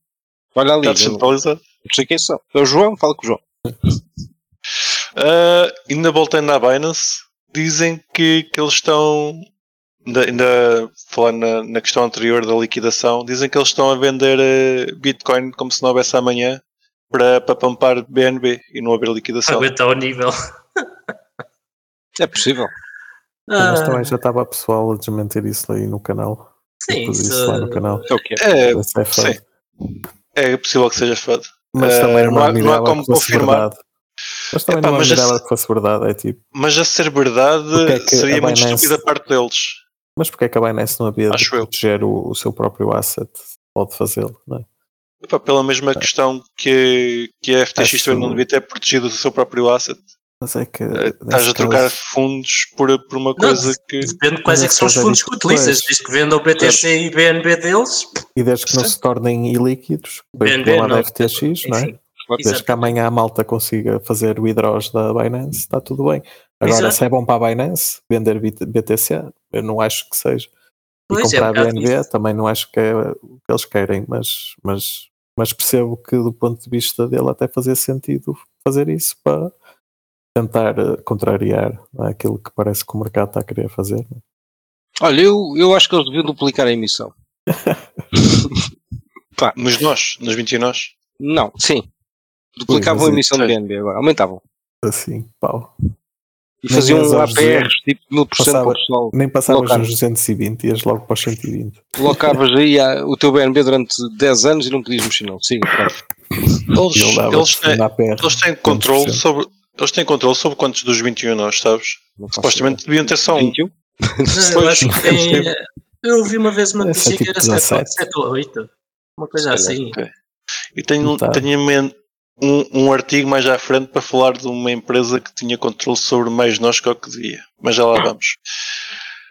B: olha ali,
A: Está
B: eu não
A: descentralizado.
B: sei quem são. É o João, fala com o João.
A: Ah, ainda voltando na Binance, dizem que, que eles estão. Ainda, ainda falando na, na questão anterior da liquidação, dizem que eles estão a vender eh, Bitcoin como se não houvesse amanhã para, para pampar BNB e não haver liquidação.
C: Aguenta o nível.
B: É possível.
D: Mas
C: Ah,
D: também já estava a pessoal a desmentir isso aí no canal.
C: sim,
D: Pus isso lá no
C: isso,
D: canal.
B: É o que é.
A: É,
D: da CFA.
A: sim. é possível que seja FUD.
D: Mas
A: Eh,
D: também
A: não
D: não
A: há- não há
D: admirava
A: como
D: que fosse
A: confirmar.
D: verdade. Mas também
A: Epá,
D: não
A: mas
D: admirava
A: esse-
D: que fosse verdade. É tipo,
A: Mas a ser
D: Porque
A: verdade
D: é que
A: seria
D: a
A: muito
D: Binance-
A: estúpida a parte deles.
D: mas porque é que a Binance não havia de
A: Acho eu.
D: proteger o, o seu próprio asset? Pode fazê-lo, não é?
A: Epá, pela mesma questão que, que a FTX também não
D: Acho-
A: devia ter é protegido o seu próprio asset.
D: Mas é que.
A: Eh, Estás
D: nesse
A: a trocar
D: caso-
A: fundos por, por uma coisa que.
C: depende de quais é que são os
D: Mas
C: fundos que
D: fazer
C: utilizas.
D: depois.
C: Desde que vendam BTC e BNB deles,
D: E desde que não
A: Sim.
D: se tornem ilíquidos, bem
C: BNB
D: que lá da
C: não.
D: FTX, não é?
C: enfim.
D: Desde que amanhã a malta consiga fazer withdraws da Binance, está tudo bem. Agora,
C: Exato.
D: se é bom para a Binance vender BT- BTC, eu não acho que seja. E
C: Pois, é um
D: comprar a
C: bocado
D: BNB
C: isso.
D: também não acho que é o que eles querem, mas, mas, mas percebo que do ponto de vista dele até fazia sentido fazer isso para tentar eh, contrariar não é? aquilo que parece que o mercado está a querer fazer. não é?
B: Olha, eu, eu acho que eles deviam duplicar a emissão.
A: Nos nós, nos 21 nós.
B: Não, sim. Duplicavam
D: Ui,
B: a
D: mas
B: emissão
A: é-
B: de BNB agora, aumentavam.
D: Assim, pau.
B: E
D: Nem
B: faziam
D: eles aos
B: APRs, tipo, mil por cento para
D: Passava.
B: o pessoal.
D: Nem passavas
B: Local.
D: nos 220, ias logo para os 120.
B: Colocavas aí ah, o teu BNB durante 10 anos e não podias mexer nele. Siga, pronto.
A: Eles,
D: E ele dava
A: eles, têm,
D: na PR.
A: eles têm controle sobre. Eles têm controle sobre quantos dos 21 nós, sabes?
B: Não faço
A: Supostamente deviam ter só
B: ideia.
A: um.
B: 21?
C: Não, eu acho que tem. eh, Eu ouvi uma vez uma
D: Deve ser
C: notícia que
D: tipo
C: era 7,
D: 17.
C: 7 ou 8. Uma coisa assim.
A: E tenho,
D: Tá.
A: tenho em mente um, um artigo mais à frente para falar de uma empresa que tinha controle sobre mais nós que o que devia. Mas já lá vamos.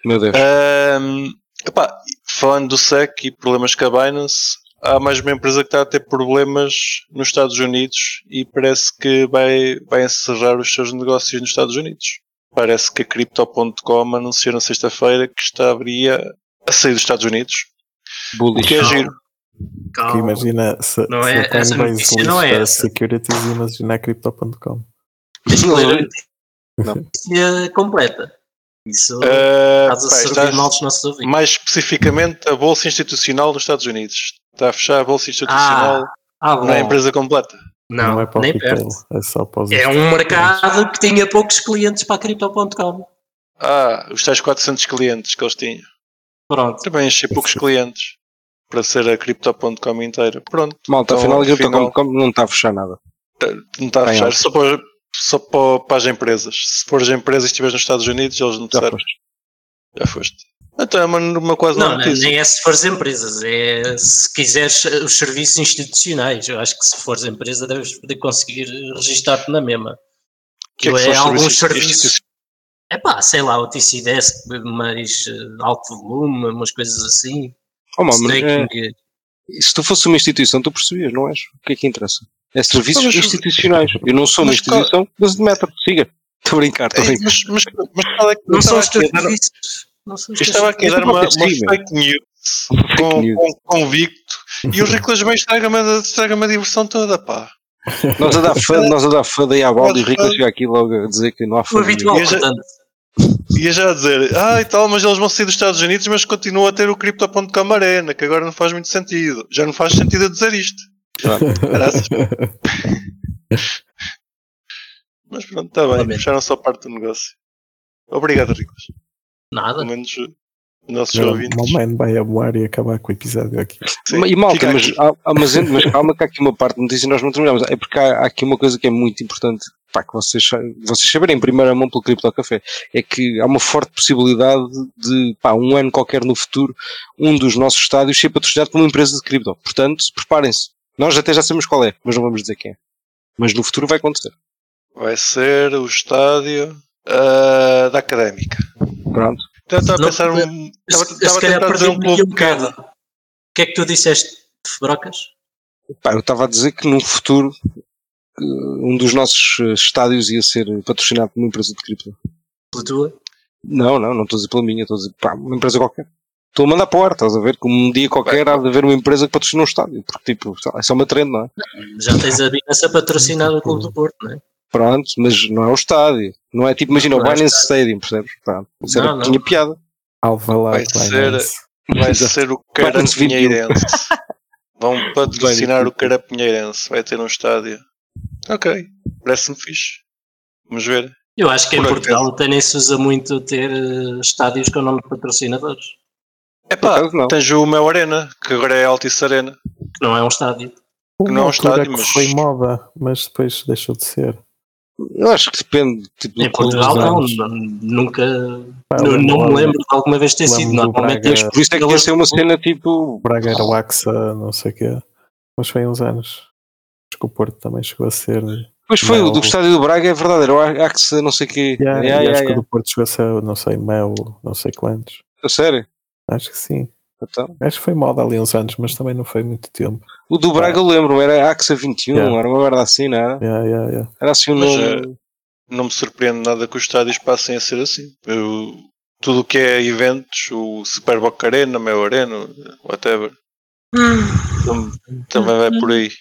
B: Meu Deus.
A: Ahm, epá, falando do SEC e problemas com a Binance, há mais uma empresa que está a ter problemas nos Estados Unidos e parece que vai, vai encerrar os seus negócios nos Estados Unidos. Parece que a Crypto.com anunciou na sexta-feira que estaria a sair dos Estados Unidos. O
B: Bullish.
A: que é giro.
D: Que
C: Calma.
D: imagina se,
C: Não
D: se
C: é-
D: a
C: essa
D: Coinbase
C: notícia não é
D: lista
C: essa.
D: securities, imagina a Crypto.com.
C: Tens que
B: Não,
C: ler a
B: não.
C: notícia completa. Isso
A: Ah,
C: estás a
A: pá,
C: servir
A: estás-
C: mal dos nossos ouvintes.
A: mais especificamente, a Bolsa Institucional dos Estados Unidos. Está a fechar a Bolsa Institucional
C: Ah, bom.
A: na empresa completa.
D: Não,
C: Não,
D: é para o
C: nem
D: retail,
C: perto.
D: é só para os
C: É um mercado que tinha poucos clientes para a Crypto.com.
A: Ah, os tais 400 clientes que eles tinham.
C: Pronto.
A: Também achei poucos clientes para ser a Crypto.com inteira. Pronto,
B: Malta,
A: Então,
B: afinal, a
A: afinal-
B: Crypto.com não está a fechar nada.
A: não está a
B: Bem,
A: fechar.
B: ótimo.
A: Só para, só para, para as empresas. Se fores empresa e estiveres nos Estados Unidos, eles não te
B: Já
A: servem.
B: foste.
A: Já foste. Então é uma, uma quase
C: Não,
A: não,
C: não,
A: notícia.
C: nem é se fores empresas, é se quiseres eh, os serviços institucionais. Eu acho que se fores empresa deves poder conseguir registar-te na mesma.
A: que
C: Eu é
A: são os
C: alguns
A: serviços?
C: serviços. É pá, sei lá, o TC Desk, mais eh, alto volume, umas coisas assim.
B: Oh, mano,
C: Staking.
B: eh, se tu fosse uma instituição, tu percebias, não és? O que é que interessa? É serviços
A: Mas-
B: institucionais. Eu não sou uma
A: Mas qual- É,
B: instituição, mas de meta, siga. Estou a brincar, estou a
A: Ei,
B: brincar.
A: Mas, mas, mas qual é que
C: Não são os
A: estava
C: teus
A: aqui a dar-
C: serviços. Não são os
A: Eu
C: teus
A: estava aqui a
B: Mas
A: dar
B: não
A: uma, uma
B: pode ser, meu.
A: fake news com,
B: news.
A: com um convicto e [laughs] o Rico Lajamento estraga-me a- estraga-me a diversão toda, pá.
B: Nós a dar fada, nós a dar fada e à balde e o Rico
A: Mas-
B: chega aqui logo a dizer que não há
C: O
B: fada.
C: é habitual,
A: Eu já-
C: portanto.
A: Ia já dizer, ah e tal, mas eles vão sair dos Estados Unidos, mas continua a ter o Crypto.com Arena, que agora não faz muito sentido. Já não faz sentido eu dizer isto.
B: Claro.
A: Graças. [laughs] mas pronto, está bem,
C: Lamento.
A: fecharam só a parte do negócio. Obrigado, Ricos.
C: Nada.
A: Pelo menos eh, nossos
D: O
A: ouvintes.
D: man vai amoar e acabar com o episódio aqui.
A: Sim,
B: E malta,
A: fica
B: mas,
A: aqui.
B: há- há- mas, mas calma que há aqui uma parte de notícia e nós não terminamos. É porque há, há aqui uma coisa que é muito importante pá, que vocês, sa- vocês saberem em primeira mão pelo Cripto Café. É que há uma forte possibilidade de pá, um ano qualquer no futuro, um dos nossos estádios ser patrocinado por uma empresa de cripto. Portanto, preparem-se. Nós até já sabemos qual é, mas não vamos dizer quem é. Mas no futuro vai acontecer.
A: Vai ser o estádio ah, da Académica.
B: Pronto.
A: Então, estava a
C: Não,
A: pensar um.
C: Se-
A: Estava,
C: se
A: estava a
C: calhar
A: tentar dizer um
C: perdi-me aqui
A: clube
C: bocado. O que é que tu disseste, Brocas?
B: Pá, eu estava a dizer que no futuro que um dos nossos eh, estádios ia ser patrocinado por uma empresa de cripto.
C: Pela tua?
B: Não, não, não estou a dizer pela minha, estou a dizer pá, uma empresa qualquer. Estou a mandar para o ar, estás a ver? Como um dia qualquer há de haver uma empresa que patrocina um estádio, porque tipo, sei lá, é só uma trend, não é?
C: Já tens a Binance a patrocinar o Clube do Porto, não é?
B: Pronto, mas não é o estádio. Não é tipo, imagina, o
C: Não é o
B: Binance Stadium, percebes? Pronto, isso
C: Não,
B: era,
C: não.
B: tinha piada.
D: Alva lá,
A: Vai ser- Vai ser o
B: Quartos
A: [laughs]
B: de
A: Carapinheirense. Vão patrocinar o Carapinheirense. Vai ter um estádio. Ok, parece-me fixe. Vamos ver.
C: Eu acho que em
A: Por
C: Portugal até nem se usa muito ter eh, estádios com nome de patrocinadores,
A: É
B: Por
A: pá,
B: acaso, não.
A: tens o meu Arena, que agora é Altice Arena.
C: que não é um estádio.
D: Uma
A: não é um
D: altura
A: estádio,
D: que
A: mas-
D: foi moda, mas depois deixou de ser.
B: Eu acho que depende, tipo, do
C: Em
B: clube,
C: Portugal não,
B: mas-
C: não- nunca,
D: Pá,
C: não, não me
D: lembro-
C: lembro de alguma vez ter sido,
D: lembro do
C: normalmente
D: Braga.
C: eles
B: Por isso é que ia ser
C: um
B: uma cena tipo.
D: Braga era o Axa, não sei o quê. Mas foi há uns anos. Acho que o Porto também chegou a ser.
B: Pois foi, o do
D: Não.
B: estádio do Braga é verdade, era o Axe, não sei o quê.
D: E há-
B: Yeah,
D: e
B: yeah,
D: acho que
B: yeah.
D: o do Porto chegou a ser, não sei, Mel, não sei quantos.
B: A Sério?
D: Acho que sim.
B: Então,
D: Acho que foi moda ali uns anos, mas também não foi muito tempo.
B: o do Braga eu lembro, era Axe 21,
D: Yeah.
B: era uma merda assim, não era?
D: Yeah, yeah, yeah.
B: Era assim um
A: Mas, eh,
B: nome.
A: Não me surpreende nada que os estádios passem a ser assim. Eu- tudo o que é eventos, o Super Boca Arena, meu Arena, whatever. Tam- Também vai por
B: Uhum.
A: aí.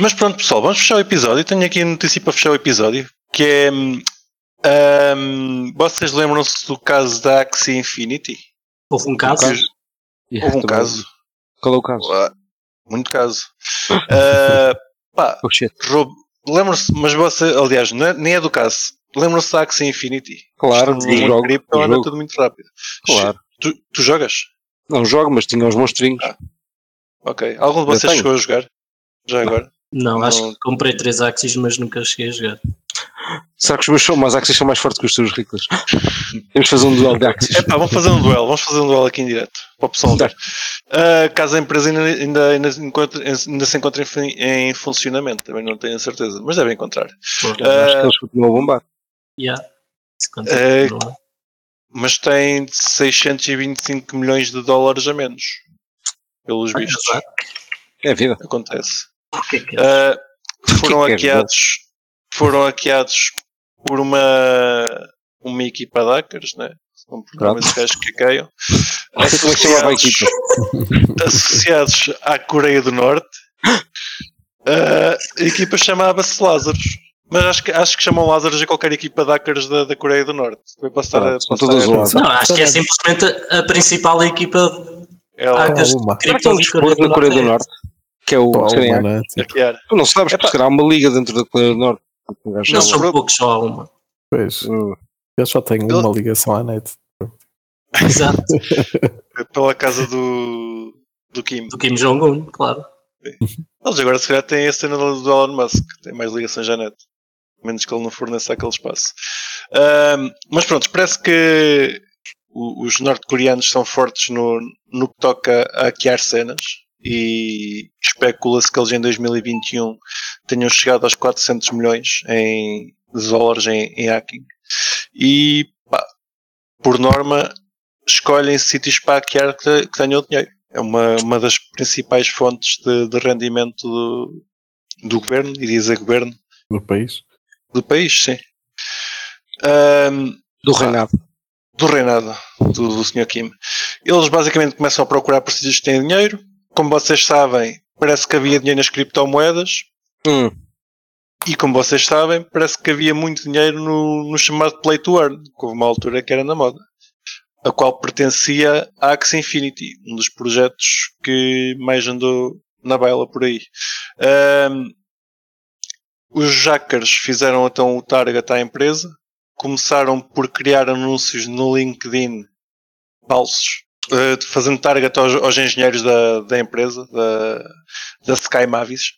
A: Mas pronto, pessoal, vamos fechar o episódio. Tenho aqui a notícia para fechar o episódio, que é. hum, hum, vocês lembram-se do caso da Axie Infinity?
C: Houve um caso,
B: Caso. Yeah,
A: Houve um
B: também.
A: caso.
B: Qual é o caso?
A: Ah, Muito
B: [laughs]
A: caso. Ah, pá,
B: Oh shit.
A: roubo- lembram-se, mas você, aliás, não é- nem é do caso. Lembram-se da Axie Infinity?
B: Claro,
A: Isto
B: do
A: no mundo
B: jogo,
A: cripto
B: do
A: anda
B: Um jogo.
A: tudo muito rápido.
B: Claro.
A: Tu, tu jogas?
B: Não jogo, mas tinha os monstrinhos.
A: Ah. Ok. Algum de
B: Eu
A: vocês
B: tenho.
A: chegou a jogar? Já agora?
C: não,
A: Não.
C: acho que comprei três Axis, mas nunca cheguei a jogar.
B: Será que os meus são mais axis são mais fortes que os teus
A: [laughs]
B: ricos? Temos de fazer um duelo de axis.
A: Epá, vamos fazer
B: [laughs]
A: um duelo, vamos fazer um duelo aqui em direto, para o pessoal ver. Ah, caso a empresa ainda, ainda, ainda, encontre- ainda se encontre em, fun- em funcionamento, também não tenho a certeza, mas devem encontrar. Ah,
B: Acho
A: é.
B: que eles continuam a bombar.
C: Yeah. Isso conta é?
A: Eh,
C: como problema.
A: Mas tem 625 milhões de dólares a menos, pelos
C: Ah,
A: vistos.
C: exato.
B: É a vida.
A: Acontece.
C: Porquê que é?
A: Ah, foram
B: que queres
A: hackeados foram hackeados por uma uma equipa de hackers né? são programas gajos que hackeiam
B: Não sei como é que chamava a
A: Associados-
B: equipa.
A: associados à Coreia do Norte Ah, a equipa chamava-se Lazarus mas acho que, acho que chamam Lazarus a qualquer equipa de hackers da, da Coreia do Norte foi passar a
B: Pronto, Ah, são
A: passar
B: todas
A: a-
B: Lazarus.
C: Não, acho que é simplesmente a, a principal equipa de
A: ela
D: Ah,
C: hackers
D: uma.
C: de
B: Será que há um
C: cripto da Coreia
B: desporto
C: do
B: na Coreia do
C: Norte.
B: Norte? Que é o
D: Pô,
B: serem
D: uma,
B: hackers?
D: né? Tipo,
A: hackear.
B: Tu não sabes, porque
A: Epá.
B: será uma liga dentro da Coreia do Norte. Um gajo
C: Não
A: Não,
B: sabe.
C: são
A: por-
C: poucos, só há uma.
D: Pois,
B: Hum.
D: eu só tenho
A: Eu-
D: uma ligação à net.
C: Exato,
A: pela casa do do Kim
C: do Kim Jong-un, claro.
A: Eles agora se calhar têm a cena do do Elon Musk, que tem mais ligações à net. Menos que ele não forneça aquele espaço. Ahm, mas pronto, parece que o- o- os norte-coreanos são fortes no, no que toca a criar cenas e especula-se que eles em 2021 tenham chegado aos 400 milhões em de dólares em, em hacking. E, pá, por norma, escolhem sítios para hackear que, te- que tenham dinheiro. É uma, uma das principais fontes de, de rendimento do, do governo, e diz a governo,
D: no país.
A: do país, sim. Ahm,
B: do reinado.
A: do reinado do, do Sr. Kim. Eles basicamente começam a procurar por sítios que têm dinheiro. Como vocês sabem, parece que havia dinheiro nas criptomoedas.
B: Hum.
A: E como vocês sabem, parece que havia muito dinheiro no, no chamado Play to Earn, que houve uma altura que era na moda, a qual pertencia a Axie Infinity, um dos projetos que mais andou na baila por aí. Ahm, os hackers fizeram então o target à empresa, começaram por criar anúncios no LinkedIn falsos, eh, fazendo target aos, aos engenheiros da, da empresa, da, da Sky Mavis.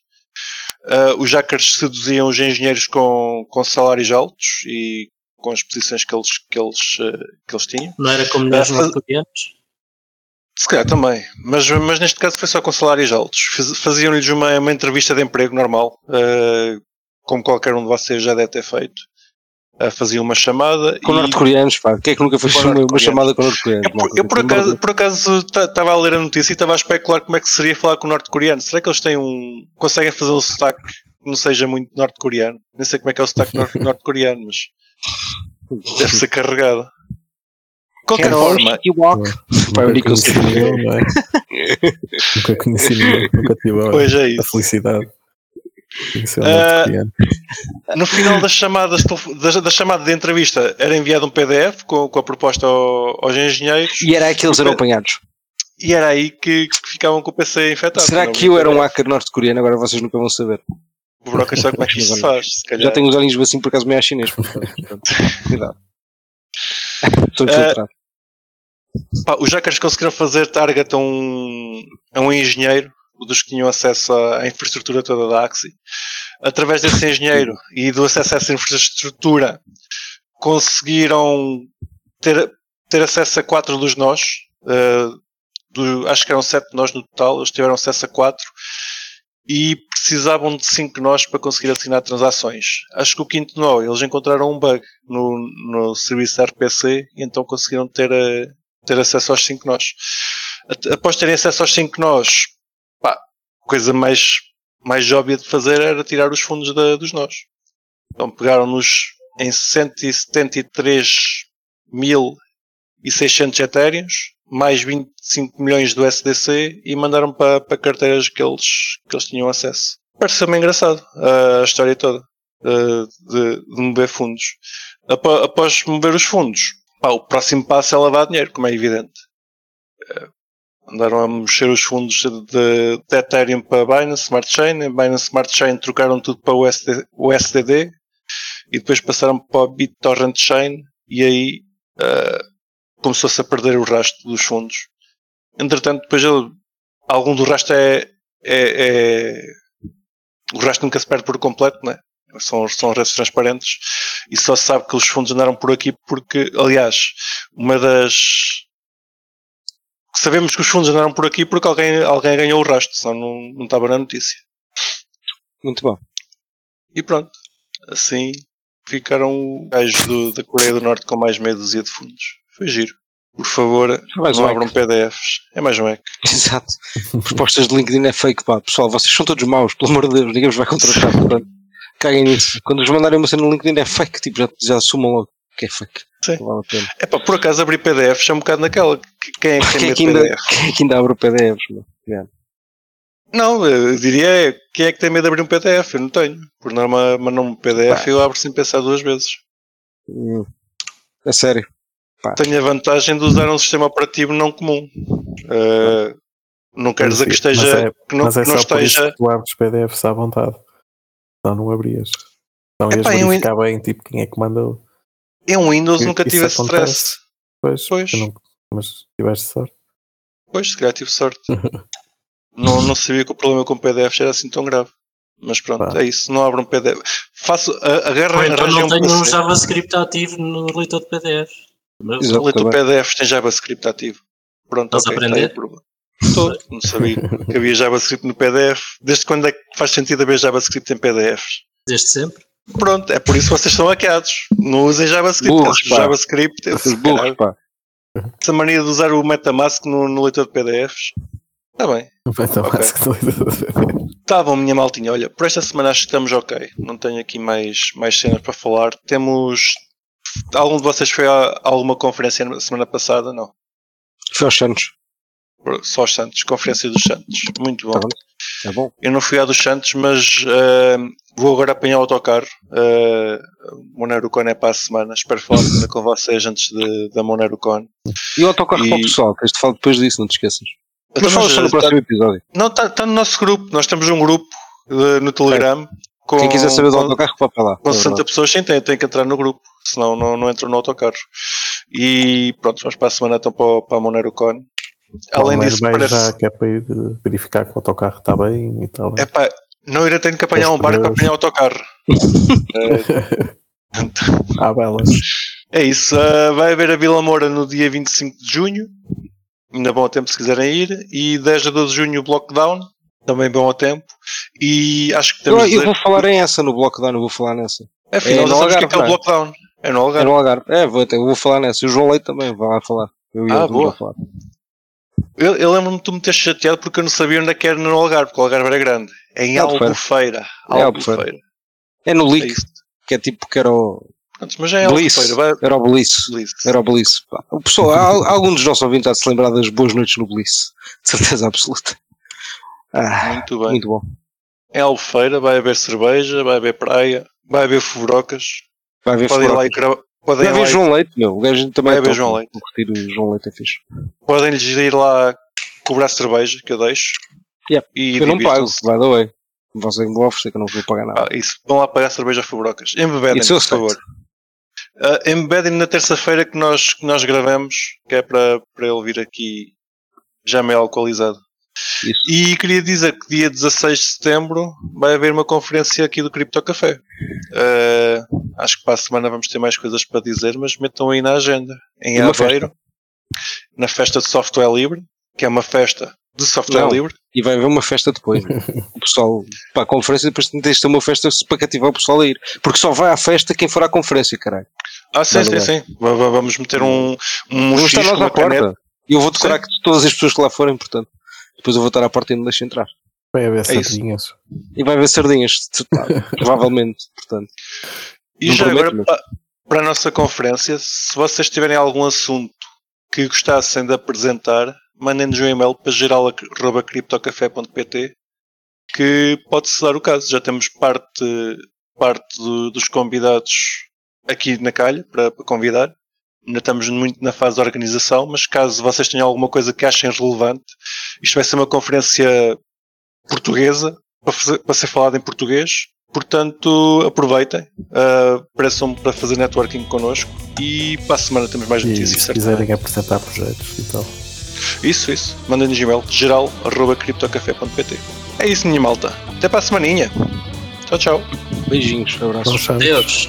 A: Eh, os hackers seduziam os engenheiros com, com salários altos e com as posições que eles, que eles, eh, que eles tinham.
C: Não era
B: Eh,
C: como nos
A: Ah,
C: norte-coreanos?
A: Se calhar também, mas, mas neste caso foi só com salários altos. Faz- Faziam-lhes uma, uma entrevista de emprego normal, eh, como qualquer um de vocês já deve ter feito. Eh, faziam uma chamada
B: Com
A: e-
B: norte-coreanos, pá. Quem é que nunca fez
A: Com
B: uma, Tipo, uma assim,
A: norte-coreanos.
B: chamada com norte-coreanos?
A: Eu, por- eu por acaso por acaso estava a ler a notícia e estava a especular como é que seria falar com o norte-coreano. Será que eles têm um. conseguem fazer um sotaque que não seja muito norte-coreano? Nem sei como é que é o sotaque nor- norte-coreano, mas deve ser carregado. De qualquer forma,
B: You walk. Pá, eu
D: Nunca
B: digo que eu
D: conheci
B: sei.
A: [laughs]
D: ninguém, não é? Nunca conheci ninguém, nunca tive a-
A: hoje é
D: a
A: isso.
D: felicidade. de conhecer um
A: Ah,
D: norte-coreano.
A: No final das chamadas, telefo- da, da chamada de entrevista era enviado um PDF com, com a proposta ao- aos engenheiros
B: E era aqueles eram apanhados.
A: tá, e era aí que, que ficavam com o PC infectado.
B: Será
A: Não,
B: que eu era um hacker norte-coreano? Agora vocês nunca vão saber.
A: Vou procurar como é que isso se faz, se calhar.
B: Já tenho os olhinhos assim por acaso meio
A: [laughs]
B: a chinês. portanto, Cuidado. Estou
A: Eh,
B: infiltrado.
A: Pá, os hackers conseguiram fazer target a um, a um engenheiro, um dos que tinham acesso à infraestrutura toda da Axie. Através desse engenheiro e do acesso a essa infraestrutura, conseguiram ter, ter acesso a quatro dos nós. eh, do- acho que eram sete nós no total, eles tiveram acesso a quatro. E precisavam de cinco nós para conseguir assinar transações. Acho que o quinto nó, eles encontraram um bug no, no serviço da RPC e então conseguiram ter a, ter acesso aos 5 nós. At- Após terem acesso aos 5 nós, pá, a coisa mais, mais óbvia de fazer era tirar os fundos da- dos nós. Então pegaram-nos em 173.600 etéreos, mais 25 milhões do SDC e mandaram para para carteiras que eles, que eles tinham acesso. Pareceu-me engraçado ah, a história toda ah, de, de mover fundos. Apo- Após mover os fundos, pá, o próximo passo é lavar dinheiro, como é evidente. Eh, Andaram a mexer os fundos de, de- de Ethereum para Binance Smart Chain, em Binance Smart Chain trocaram tudo para o, USD USDD e depois passaram para o BitTorrent Chain e aí eh, começou-se a perder o rastro dos fundos. Entretanto, depois ele- algum do rastro é, é- é- O rastro nunca se perde por completo, né? São, são redes transparentes e só se sabe que os fundos andaram por aqui porque, aliás, uma das. Sabemos que os fundos andaram por aqui porque alguém, alguém ganhou o rastro, senão não, não estava na notícia.
B: Muito bom.
A: E pronto, assim ficaram os gajos do- da Coreia do Norte com mais meia dúzia de fundos. Foi giro. Por favor,
B: mais um
A: não abram PDFs. É mais um hack.
B: [laughs] Exato. Propostas de LinkedIn é fake, pá. Pessoal, vocês são todos maus, pelo amor de Deus, ninguém vos vai contratar. Portanto, caguem nisso. Quando vos mandarem uma cena no LinkedIn é fake, tipo, já, já assumam logo que é fake.
A: Sim.
B: Não vale a pena.
A: É pá, por acaso abrir PDFs é um bocado naquela. que- Quem é que tem
B: Quem é
A: medo
B: que
A: de
B: ainda-
A: PDF?
B: Quem é que ainda abre o PDFs, meu?
A: Não, eu diria quem é que tem medo de abrir um PDF? Eu não tenho. Por norma, mandam um PDF eu abro sem pensar duas vezes.
B: Hum. É sério.
A: tenho a vantagem de usar um sistema operativo não comum. Uh, não quer dizer que esteja.
D: Mas é-
A: que não,
D: Mas é
A: que não
D: só por isso
A: esteja.
D: que tu abres PDFs à vontade. Senão não abrias. Então ias
A: Epá, eu
D: verificar bem tipo, quem é que mandou.
A: Em um Windows
D: que
A: nunca
D: isso
A: tive esse
D: acontece.
A: stress.
D: Pois,
A: Pois.
D: eu não- mas tiveste sorte.
A: Pois, se calhar tive
D: [laughs]
A: sorte. não, não sabia que o problema com PDFs era assim tão grave. Mas pronto,
D: Pá.
A: é isso. Não abram PDF. Faço. a-
C: Ou
A: Agarrem
C: então
A: arranjem
C: não
A: um
C: tenho um
A: PC.
C: JavaScript ativo no leitor de PDF.
A: O leitor PDF tem JavaScript ativo. Pronto,
C: Estás a
A: ok, está
C: aprender?
A: aí o problema. Estou, não sabia que havia JavaScript no PDF. Desde quando é que faz sentido haver JavaScript em PDFs?
C: Desde sempre.
A: Pronto, é por isso que vocês são hackeados. Não usem JavaScript.
B: Burros,
A: Esses
B: pá.
A: JavaScript,
B: Esses
A: esses
B: burros, pá.
A: essa mania de usar o Metamask no, no leitor de PDFs. Está Tá bem.
D: Vai dar
A: Ok.
D: mais que não é.
A: Tá bom, minha maltinha. Olha, por esta semana acho que estamos ok. Não tenho aqui mais, mais cenas para falar. Temos. Algum de vocês foi a a alguma conferência na semana passada? Não.
B: Foi é aos Santos.
A: Só os Santos. Conferência dos Santos. Muito bom.
B: Tá bom. Tá bom.
A: Eu não fui à dos Santos, mas ah, vou agora apanhar o autocarro. Ah, MoneroCon é para a semana. Espero falar ainda com vocês antes de, da MoneroCon.
B: E o autocarro
A: E-
B: para o pessoal, tens de falar depois disso, não te esqueças.
A: Então,
B: Mas falas só no
A: tá-
B: próximo episódio.
A: Não, está no nosso grupo. Nós temos um grupo eh, no Telegram. Com,
B: Quem quiser saber do
A: com,
B: autocarro, é pode falar.
A: com 60 pessoas, sim, tem, tem que entrar no grupo. Senão não, não entram no autocarro. E pronto, vamos para a semana então para, o- para a MoneroCon. Além
D: Primeiro
A: disso,
D: vai já
A: parece.
D: que é para ir eh, verificar que o autocarro está bem e tal. né?
A: É pá, não irá ter que apanhar um barco para apanhar o autocarro. Eh,
D: Ah, belas.
A: É isso. ah, vai haver a Vila Moura no dia 25 de junho. Ainda bom a tempo se quiserem ir. E 10 a 12 de junho o Blockdown. Também bom a tempo. E acho que
B: Eu,
A: temos. de
B: eu
A: dizer-
B: vou falar em essa no bloco da ano, vou falar nessa.
A: Afinal, já
B: é no
A: sabes o que é, que é o
B: Algarve,
A: Blockdown. É no
B: É
A: Algarve.
B: no Algarve. É, vou, até, eu vou falar nessa. E o João Leite também vai lá falar. Eu e
A: Ah,
B: ele vamos
A: boa.
B: lá falar.
A: Eu, eu lembro-me de tu me teres chateado porque eu não sabia onde é que era no Algarve, porque o Algarve era grande. É em
B: É Albufeira.
A: Albufeira.
B: É Albufeira. É no
A: É
B: Leak,
A: isso.
B: que é tipo que era o
A: Pronto, mas já é
B: Belice.
A: Albufeira. Vai...
B: Era o Belice.
A: Belice.
B: Era o Belice. pá. O pessoal, há- há algum dos nossos ouvintes há de se lembrar das boas noites no Belice. De certeza absoluta. Ah,
A: Muito bem.
B: muito bom.
A: Em Albufeira vai haver cerveja, vai haver praia, vai haver fubrocas.
B: Vai ver
A: Podem ir lá
B: Vai então.
A: e cra... Podem ir
B: ver
A: lá e
B: João Leite, meu. O gajo também é
A: Vai ver
B: top.
A: João Leite.
B: Vou curtir o João Leite, é fixe.
A: podem-lhes ir lá cobrar cerveja, que eu deixo.
B: Yep.
A: E
B: Eu não pago,
A: divirtam-se.
B: by the way. Você me oferecer que eu não vou pagar nada.
A: Ah, isso. Vão lá pagar cerveja a fubrocas. Embebedem,
B: Isso eu
A: por
B: sei.
A: favor. Ah, embebedem na terça-feira que nós, que nós gravamos, que é para, para ele vir aqui já meio alcoolizado.
B: Isso.
A: E queria dizer que dia 16 de setembro vai haver uma conferência aqui do Cripto Café. Ah, acho que para a semana vamos ter mais coisas para dizer, mas metam aí na agenda. Em
B: E uma
A: Aveiro, na festa de software livre, que é uma festa de software
B: Não.
A: livre.
B: E vai haver uma festa depois. meu. o pessoal, para a conferência, depois tens de ter uma festa para cativar o pessoal a ir. Porque só vai à festa quem for à conferência, caralho.
A: Ah, sim,
B: Vai
A: sim,
B: lá.
A: sim. V- v- Vamos meter um, um
B: Vamos
A: X
B: estar
A: com
B: nós
A: uma
B: à
A: caneta.
B: porta. E eu vou decorar que todas as pessoas que lá forem, portanto. Depois eu vou estar à porta e não deixo entrar.
D: Vai haver
A: isso.
D: sardinhas.
B: E vai haver sardinhas, de certeza. provavelmente. Portanto,
A: E
B: Não
A: já
B: prometo,
A: agora,
B: mas-
A: pa- para a nossa conferência, se vocês tiverem algum assunto que gostassem de apresentar, mandem-nos um e-mail para geral.criptocafé.pt que pode-se dar o caso. Já temos parte, parte do- dos convidados aqui na calha para, para convidar. Ainda estamos muito na fase da organização, mas caso vocês tenham alguma coisa que achem relevante, isto vai ser uma conferência portuguesa, para, fazer- para ser falada em português. Portanto, aproveitem, uh, apareçam para fazer networking connosco e para a semana temos mais
D: E
A: notícias.
D: se
A: certamente.
D: quiserem apresentar projetos então. e tal.
A: Isso, isso. Mandem-nos e-mail geral.criptocafé.pt. É isso, minha malta. Até para a semaninha. Tchau, tchau.
B: beijinhos,
D: Então,
B: abraços.
D: Santos,
C: Deus.